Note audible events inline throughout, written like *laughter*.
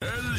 El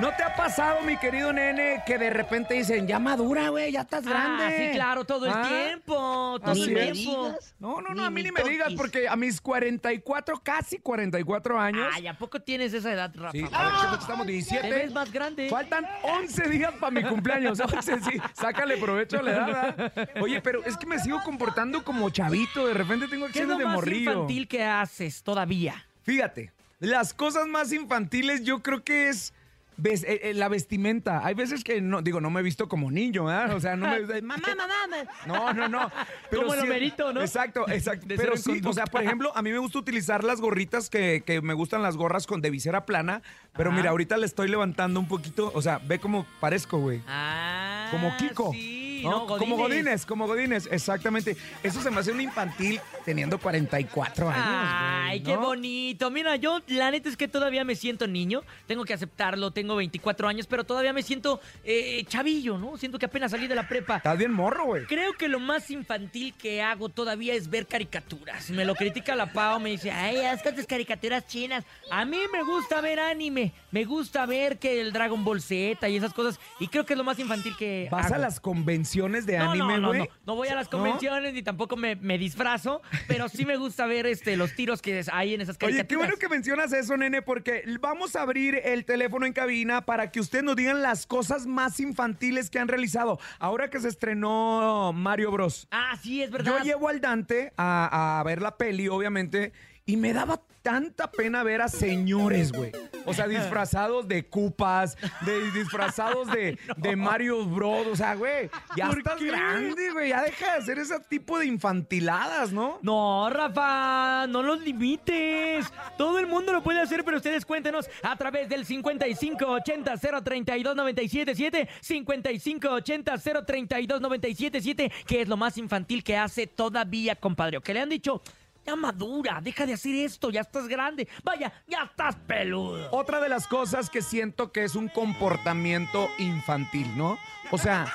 ¿No te ha pasado, mi querido nene, que de repente dicen, ya madura, güey, ya estás grande? Ah, sí, claro, todo el Ah, tiempo. Todo así el es. tiempo. No, no, no, Ni a mí ni me me digas, toques. porque a mis 44, casi 44 años. Ay, ¿a poco tienes esa edad, Rafa? Sí, a Ah, ver, ¿qué fecha estamos? te ves 17. más grande. Faltan 11 días para mi cumpleaños. 11, sí. Sácale provecho a la edad. ¿verdad? Oye, pero es que me sigo comportando como chavito. De repente tengo ¿Qué es lo acciones de más morrillo. infantil que haces todavía? Fíjate, las cosas más infantiles yo creo que es ves- eh, eh, la vestimenta. Hay veces que no, digo, no me he visto como niño, ¿verdad? O sea, no *laughs* me. *laughs* Mamá, mamá, mamá. No, no, no. Como el Homerito, ¿no? Exacto, exacto. *laughs* De pero cero en sí, o sea, por ejemplo, a mí me gusta utilizar las gorritas que, que me gustan las gorras con de visera plana. Pero Ajá. mira, ahorita le estoy levantando un poquito. O sea, ve cómo parezco, güey. Ah, Como Kiko. Sí, ¿no? no, Como Godines, como Godines, exactamente. Eso se me hace un infantil teniendo 44 años. Ay, güey, qué ¿no? bonito. Mira, yo la neta es que todavía me siento niño. Tengo que aceptarlo, tengo 24 años, pero todavía me siento eh, chavillo, ¿no? Siento que apenas salí de la prepa. Estás bien morro, güey. Creo que lo más infantil que hago todavía es ver caricaturas. Me lo critica la Pau, me dice, ay, hasta tus caricaturas chinas. A mí me gusta ver anime, me gusta ver que el Dragon Ball Z y esas cosas. Y creo que es lo más infantil que ¿Vas hago. a las convenciones de No, anime, no, no, güey? no, no voy a las convenciones ni tampoco me, me disfrazo, pero sí me gusta ver este los tiros que hay en esas Oye, qué caricaturas. bueno que mencionas eso, nene, porque vamos a abrir el teléfono en cabina para que ustedes nos digan las cosas más infantiles que han realizado. Ahora que se estrenó Mario Bros. Ah, sí, es verdad. Yo llevo al Dante a, a ver la peli, obviamente, y me daba tanta pena ver a señores, güey. O *laughs* sea, disfrazados de cupas, de, disfrazados *laughs* de, de Mario Bros. O sea, güey, ya ¿Por estás qué? grande, güey. Ya deja de hacer ese tipo de infantiladas, ¿no? No, Rafa, no los limites. Todo el mundo lo puede hacer, pero ustedes cuéntenos a través del 5580-032-977, 5580-032-977, que es lo más infantil que hace todavía, compadre. ¿O Que le han dicho, ya madura, deja de hacer esto, ya estás grande, vaya, ya estás peludo. Otra de las cosas que siento que es un comportamiento infantil, ¿no? O sea,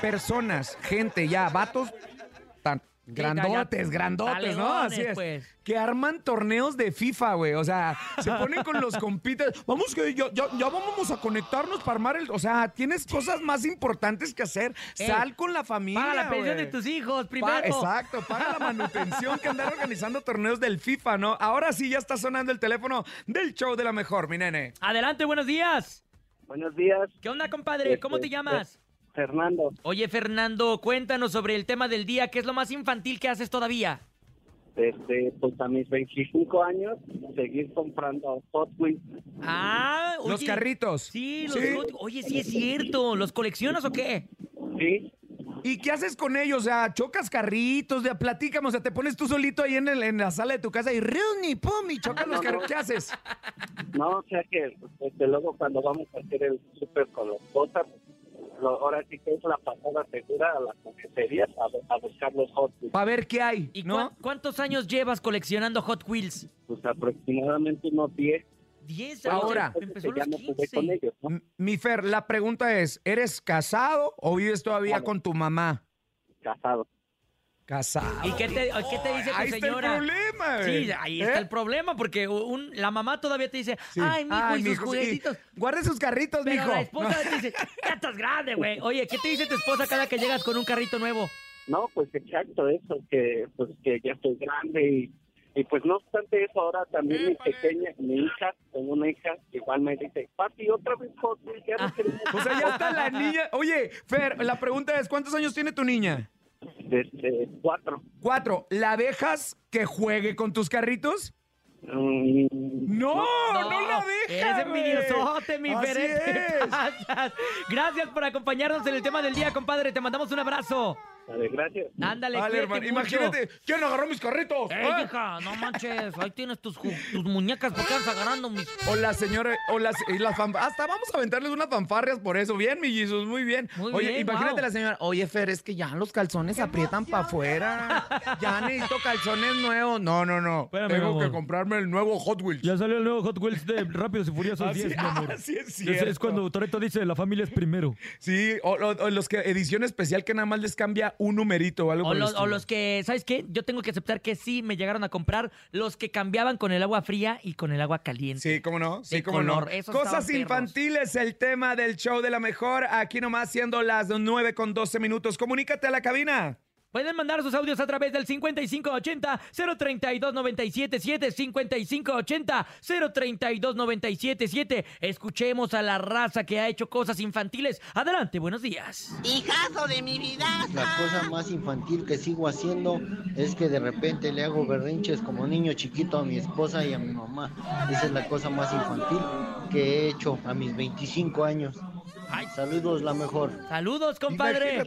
personas, gente ya, vatos tan grandotes, grandotes, ¿no? Talegones, Así es. pues. Que arman torneos de FIFA, güey. O sea, *laughs* se ponen con los compitas. Vamos que ya, ya- ya vamos a conectarnos para armar el. O sea, tienes cosas más importantes que hacer. Ey, Sal con la familia. Eh, Paga la pensión güey. de tus hijos Pa- primero. exacto, paga la manutención que andar organizando torneos del FIFA, ¿no? Ahora sí ya está sonando el teléfono del show de la mejor, mi nene. Adelante, buenos días. Buenos días, ¿Qué onda, Eh, compadre? ¿Cómo Este, te llamas? Fernando. Oye, Fernando, cuéntanos sobre el tema del día. ¿Qué es lo más infantil que haces todavía? Este, pues a mis 25 años, seguir comprando Hot Wheels. Ah, oye, Los carritos. Sí, los Hot- Oye, sí es cierto. ¿Los coleccionas o qué? Sí, ¿Y qué haces con ellos? O sea, chocas carritos, ya platícame, o sea, te pones tú solito ahí en, el- en la sala de tu casa y reuni, pum, y chocas los carritos. ¿Qué haces? no, o sea que este, luego cuando vamos a hacer el súper con los cosas, lo- ahora sí que es la pasada segura a las cafeterías a, bu- a buscar los Hot Wheels. Para ver qué hay, ¿Y ¿no? cuán- cuántos años llevas coleccionando Hot Wheels? Pues aproximadamente unos 10. Diez. Ahora. oye, Empezó a que ya los no jugué con 15. ellos, ¿no? M- Mi Fer, la pregunta es, ¿eres casado o vives todavía Claro. con tu mamá? Casados. Casado. ¿Y qué te, qué te dice tu ahí señora? está el problema, güey. Sí, ahí ¿Eh? está el problema, porque un- la mamá todavía te dice, Sí. ay, mijo, y sus mijo, sí. juguetitos. Guarde sus carritos, Pero mijo. la esposa te dice, ya estás grande, güey. Oye, ¿qué te dice tu esposa cada que llegas con un carrito nuevo? No, pues exacto eso, que pues que ya estoy grande y, y pues no obstante eso, ahora también mi pequeña, mi hija, tengo una hija, igual me dice, papi, otra vez Hot Wheels, ya no queremos". *laughs* O sea, ya está la niña. Oye, Fer, la pregunta es, ¿cuántos años tiene tu niña? Este, cuatro. Cuatro. ¿La dejas que juegue con tus carritos? Mm, No, no, la deja. Eres güey. envidiosote, mi Así *laughs* Feret, te es. pasas. Gracias por acompañarnos en el tema del día, compadre. Te mandamos un abrazo. vale, gracias. Ándale, Vale, cuídate hermano, mucho. imagínate, ¿quién agarró mis carritos? ¡Ey, ¿Eh? hija! No manches, ahí tienes tus, ju- tus muñecas. ¿Por qué andas agarrando mis...? O la señora, o las, y las fanfa- Hasta vamos a aventarles unas fanfarrias por eso. Bien, mi Jesús, muy bien. Muy Oye, bien, imagínate wow. la señora. Oye, Fer, es que ya los calzones aprietan para afuera. Ya necesito calzones nuevos. No, no, no. Espérame, mi Tengo amor. que comprarme el nuevo Hot Wheels. salió el nuevo Hot Wheels de Rápidos y Furiosos Así, *laughs* así es cierto. Toreto dice, la familia es primero. Sí, o, o- o los que edición especial que nada más les cambia día un numerito o algo O por el los, o estilo. los que, ¿sabes qué? Yo tengo que aceptar que sí me llegaron a comprar los que cambiaban con el agua fría y con el agua caliente. Sí, cómo no, sí, De cómo color, no. esos Cosas estaban perros. infantiles, el tema del show de la mejor. Aquí nomás siendo las 9 con 12 minutos. Comunícate a la cabina. Pueden mandar sus audios a través del 5580-032-977, 5580-032-977. Escuchemos a la raza que ha hecho cosas infantiles. Adelante, buenos días. ¡Hijazo de mi vida! La cosa más infantil que sigo haciendo es que de repente le hago berrinches como niño chiquito a mi esposa y a mi mamá. Esa es la cosa más infantil que he hecho a mis 25 años. Ay. Saludos, la mejor. Saludos, compadre.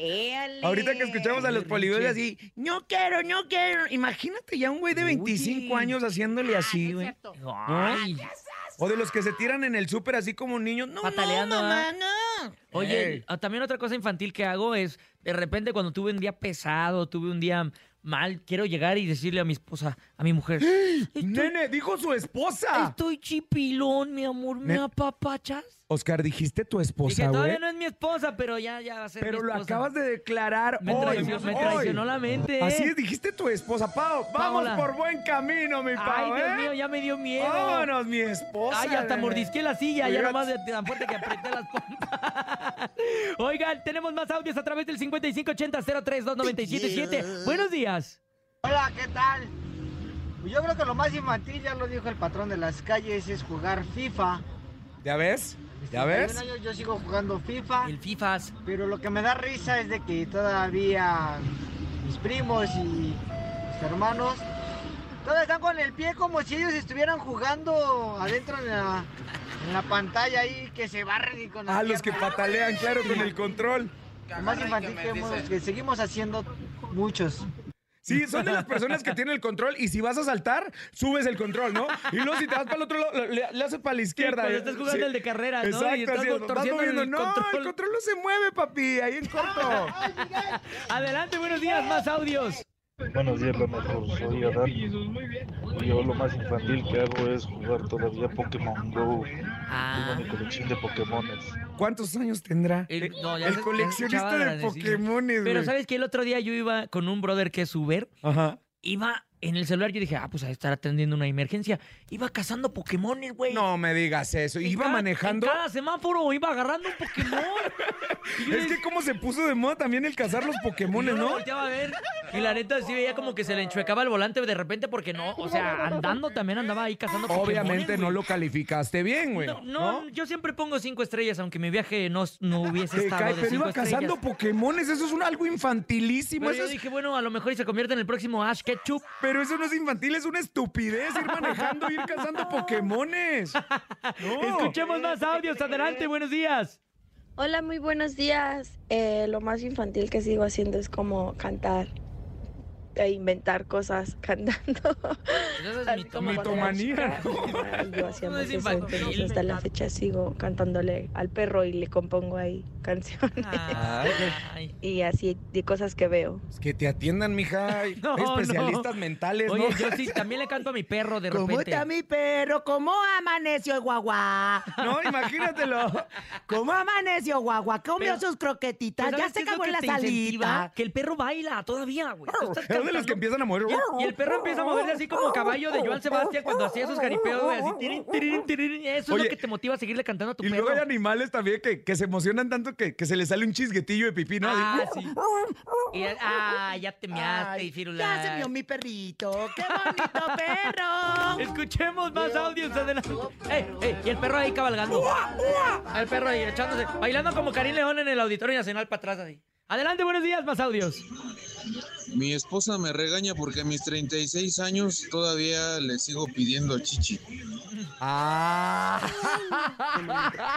Ahorita que escuchamos a los polivios así, no quiero, no quiero. Imagínate ya un güey de 25 años Ah, haciéndole así, güey. Ay. O de los que se tiran en el súper así como niños. No, Pataleando, no, mamá, ¿ah? no. Oye, Ey. ah, también otra cosa infantil que hago es, de repente cuando tuve un día pesado, tuve un día mal, quiero llegar y decirle a mi esposa, a mi mujer, estoy, Nene, dijo su esposa. estoy chipilón, mi amor, ¿me Ne- apapachas? Oscar, dijiste tu Dije, esposa, todavía güey. no es mi esposa, pero ya, ya va a ser Pero mi lo esposa. acabas de declarar Me hoy. traicionó, me hoy. traicionó la mente. Así es, dijiste tu esposa, Pau. Vamos Paola. por buen camino, mi Ay, Pau. Dios ¿eh? mío, ya me dio miedo. Vámonos, mi esposa. Ay, hasta nene. mordisqué la silla, ya Cuídate. nomás de tan fuerte que apreté las pompas. *laughs* Oigan, tenemos más audios a través del 5580-032977. Buenos días. Hola, ¿qué tal? Pues Yo creo que lo más infantil, ya lo dijo el patrón de las calles, es jugar FIFA. ¿Ya ves? ¿Ya ves? 31 años yo sigo jugando FIFA. El FIFAs. Pero lo que me da risa es de que todavía mis primos y mis hermanos todavía están con el pie como si ellos estuvieran jugando adentro en la, en la pantalla ahí que se barren y con la Ah, los que pierna. patalean, claro, con el control. Lo más infantil que, hemos- que seguimos haciendo muchos. Sí, son de las personas que tienen el control y si vas a saltar, subes el control, ¿no? Y luego si te vas para el otro lado, lo- le, le haces para la izquierda. ¿eh? cuando estás jugando el de carreras, ¿no? Exacto, Y estás así, mo- vas torciendo el moviendo. no, control. el control no se mueve, papi, ahí en corto. Adelante, buenos días, más audios. Buenos días, la mejor. Soy Adán. Yo lo más infantil que hago es jugar todavía Pokémon Go. Tengo Ah, mi colección de Pokémones. ¿Cuántos años tendrá? El- El, no, ya se- ya se coleccionista escuchaba de grandecillo. Pokémones, pero güey. ¿sabes que El otro día yo iba con un brother que es Uber. Ajá. Iba en el celular, yo dije, ah, pues a estar atendiendo una emergencia. Iba cazando Pokémones, güey. No me digas eso. En Iba cada- manejando. En cada semáforo iba agarrando un Pokémon. Y *laughs* yo Es que cómo se puso de moda también el cazar los Pokémones, yo lo ¿no? volteaba a ver. Y la neta sí veía como que se le enchuecaba el volante de repente porque no, o sea, andando también andaba ahí cazando Obviamente Pokémones, no güey. lo calificaste bien, güey. No, no, yo siempre pongo cinco estrellas, aunque mi viaje no, no *laughs* hubiese Te estado cae, de pero cinco iba cazando estrellas. Pokémones. Eso es un, algo infantilísimo. Pero eso yo es- dije, bueno, a lo mejor y se convierte en el próximo Ash Ketchup. Pero eso no es infantil, es una estupidez ir manejando, ir *laughs* cazando Pokémones. No. Escuchemos más audios, adelante, buenos días. Hola, muy buenos días. Eh, lo más infantil que sigo haciendo es como cantar e inventar cosas cantando. Esa es Así como mitoma- cuando era Mitomanía, chica, mi mamá y yo hacíamos Eso es eso, infantil, entonces hasta la fecha sigo cantándole al perro y le compongo ahí canciones Ay. y así de cosas que veo. Es que te atiendan, mija. Hay *laughs* No, especialistas no. mentales, Oye, ¿no? yo sí, también le canto a mi perro de repente. mi perro? ¿Cómo amaneció el guagua? *laughs* No, imagínatelo. ¿Cómo amaneció guagua? ¿Comió Pero- sus croquetitas? ¿Pero Ya Pues, sabes se qué es acabó lo que la te incentiva? salita. Que el perro baila todavía, güey. Tú *laughs* Es estás de los cantando que empiezan a *laughs* mover. Y el, y el perro empieza a moverse así como caballo de Joan Sebastián cuando hacía esos jaripeos, güey, así. tirin, tirin, tirin. Eso es Oye, lo que te motiva a seguirle cantando a tu Y perro. luego hay animales también que, que se emocionan tanto que, que se les sale un chisguetillo de pipí, ¿no? Ah, Así, sí. Y ya- ah, ya te measte, Ay, y firula. ya se vio mi perrito. ¡Qué bonito perro! Escuchemos más audios adelante. Ey, ey, y el perro ahí cabalgando. El perro ahí echándose, bailando como Karim León en el Auditorio Nacional para atrás así. Adelante, buenos días, más audios. Mi esposa me regaña porque a mis 36 años todavía le sigo pidiendo chichi. ¡Ah!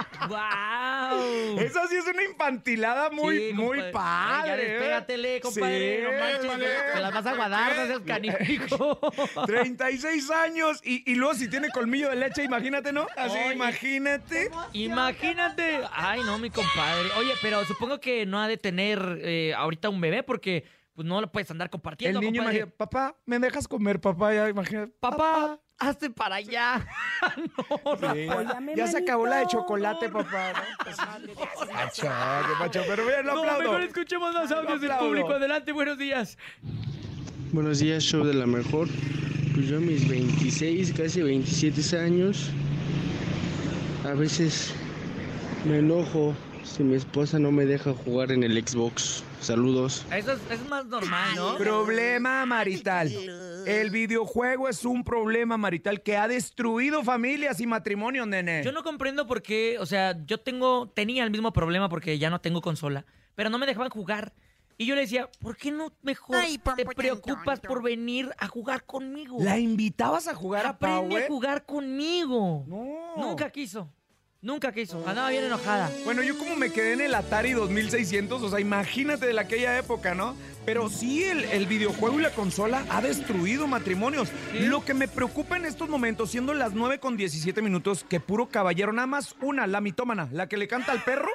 *laughs* ¡Wow! Esa sí es una infantilada muy, Uh. Sí, muy compadre. Ay, padre. ya ¿eh? despégatele, compadre. Sí, no manches, ¿eh? vale. te las vas a guardar, no seas *laughs* canijo. 36 años y, y luego si tiene colmillo de leche, imagínate, ¿no? Así, Oye. imagínate. Imagínate. Ay, no, mi compadre. Oye, pero supongo que no ha de tener eh, ahorita un bebé porque pues no lo puedes andar compartiendo, El niño compadre. imagina, papá, ¿me dejas comer, papá? Ya imagina, Papá, hazte *laughs* para allá. No, Rafa. Ya se acabó la de chocolate, papá. Qué macho, qué macho. Pero bien, lo No, aplaudo. mejor escuchemos más audios del aplaudo. público. Adelante, buenos días. Buenos días, show de la mejor. Pues yo a mis 26, casi 27 años, a veces me enojo si mi esposa no me deja jugar en el Xbox. Saludos. Eso es, es más normal, ¿no? Problema marital. El videojuego es un problema marital que ha destruido familias y matrimonios, nene. Yo no comprendo por qué, o sea, yo tengo, tenía el mismo problema porque ya no tengo consola, pero no me dejaban jugar. Y yo le decía, ¿por qué no mejor te preocupas por venir a jugar conmigo? ¿La invitabas a jugar a Aprende Power? a jugar conmigo. Nunca quiso. Nunca quiso. Andaba bien enojada. Bueno, yo como me quedé en el Atari 2600, o sea, imagínate de la aquella época, ¿no? Pero sí, el, el videojuego y la consola ha destruido matrimonios. Lo que me preocupa en estos momentos, siendo las 9 con 17 minutos, que puro caballero, nada más una, la mitómana, la que le canta al perro,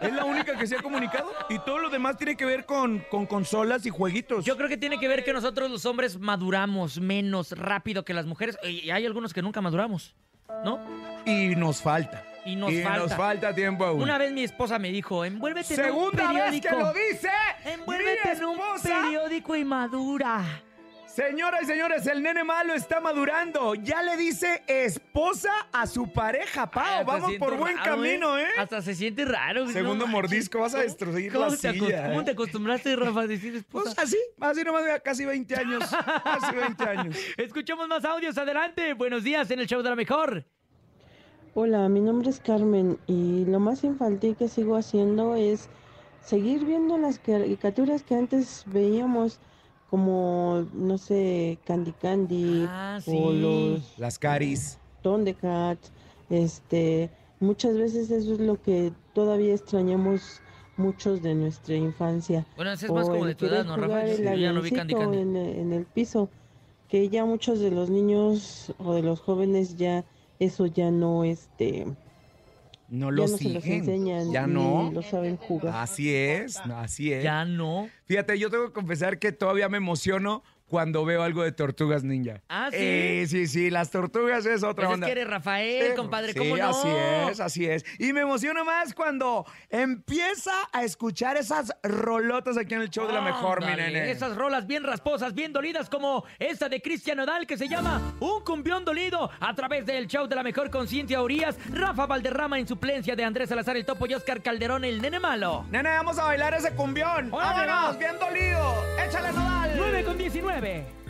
es la única que se ha comunicado. Y todo lo demás tiene que ver con, con consolas y jueguitos. Yo creo que tiene que ver que nosotros los hombres maduramos menos rápido que las mujeres. Y y hay algunos que nunca maduramos, ¿no? Y nos falta. Y nos Y falta. nos falta tiempo aún. Una vez mi esposa me dijo, envuélvete en Segunda un vez periódico. que lo dice. Envuélvete mi en un esposa. periódico y madura. Señoras y señores, el nene malo está madurando. Ya le dice esposa a su pareja, Pao. Ay, hasta Ah, Vamos Eh, siento por buen raro, camino, ¿eh? Hasta se siente raro. güey, Segundo no mordisco, vas a manches. destruir ¿Cómo la te acos- silla, ¿Cómo eh? te acostumbraste, Rafa, *laughs* a decir esposa? Pues así, así nomás vea, casi 20 *laughs* años. Casi 20 años. Escuchamos más audios, adelante. Buenos días en el show de la mejor. Hola, mi nombre es Carmen y lo más infantil que sigo haciendo es seguir viendo las caricaturas que antes veíamos, como, no sé, Candy Candy Ah, o sí. los Las caris. Thundercats. Este, muchas veces eso es lo que todavía extrañamos muchos de nuestra infancia. Bueno, ese es más O como el de tu querer edad, ¿no, Rafa? jugar el Yo ya no vi Candy avioncito Candy. En, el- en el piso, que ya muchos de los niños o de los jóvenes ya eso ya no este No ya lo no se los siguen. enseñan, Ya ni no. lo saben jugar. Así es, así es. Ya no. Fíjate, yo tengo que confesar que todavía me emociono cuando veo algo de Tortugas Ninja. Ah, ¿sí? Eh, sí, sí, las Tortugas es otra Pues es onda. que eres Rafael, compadre, ¿cómo Eh, sí, no? así es, así es. Y me emociona más cuando empieza a escuchar esas rolotas aquí en el show de la mejor, mi Ándale, nene. Esas rolas bien rasposas, bien dolidas, como esta de Cristian Nodal que se llama Un cumbión dolido. A través del show de la mejor conciencia Urias, Rafa Valderrama en suplencia de Andrés Salazar el Topo y Oscar Calderón el Nene Malo. Nene, vamos a bailar ese cumbión. Órale, Vámonos, va. bien dolido. Échale nodal. 9 con 19.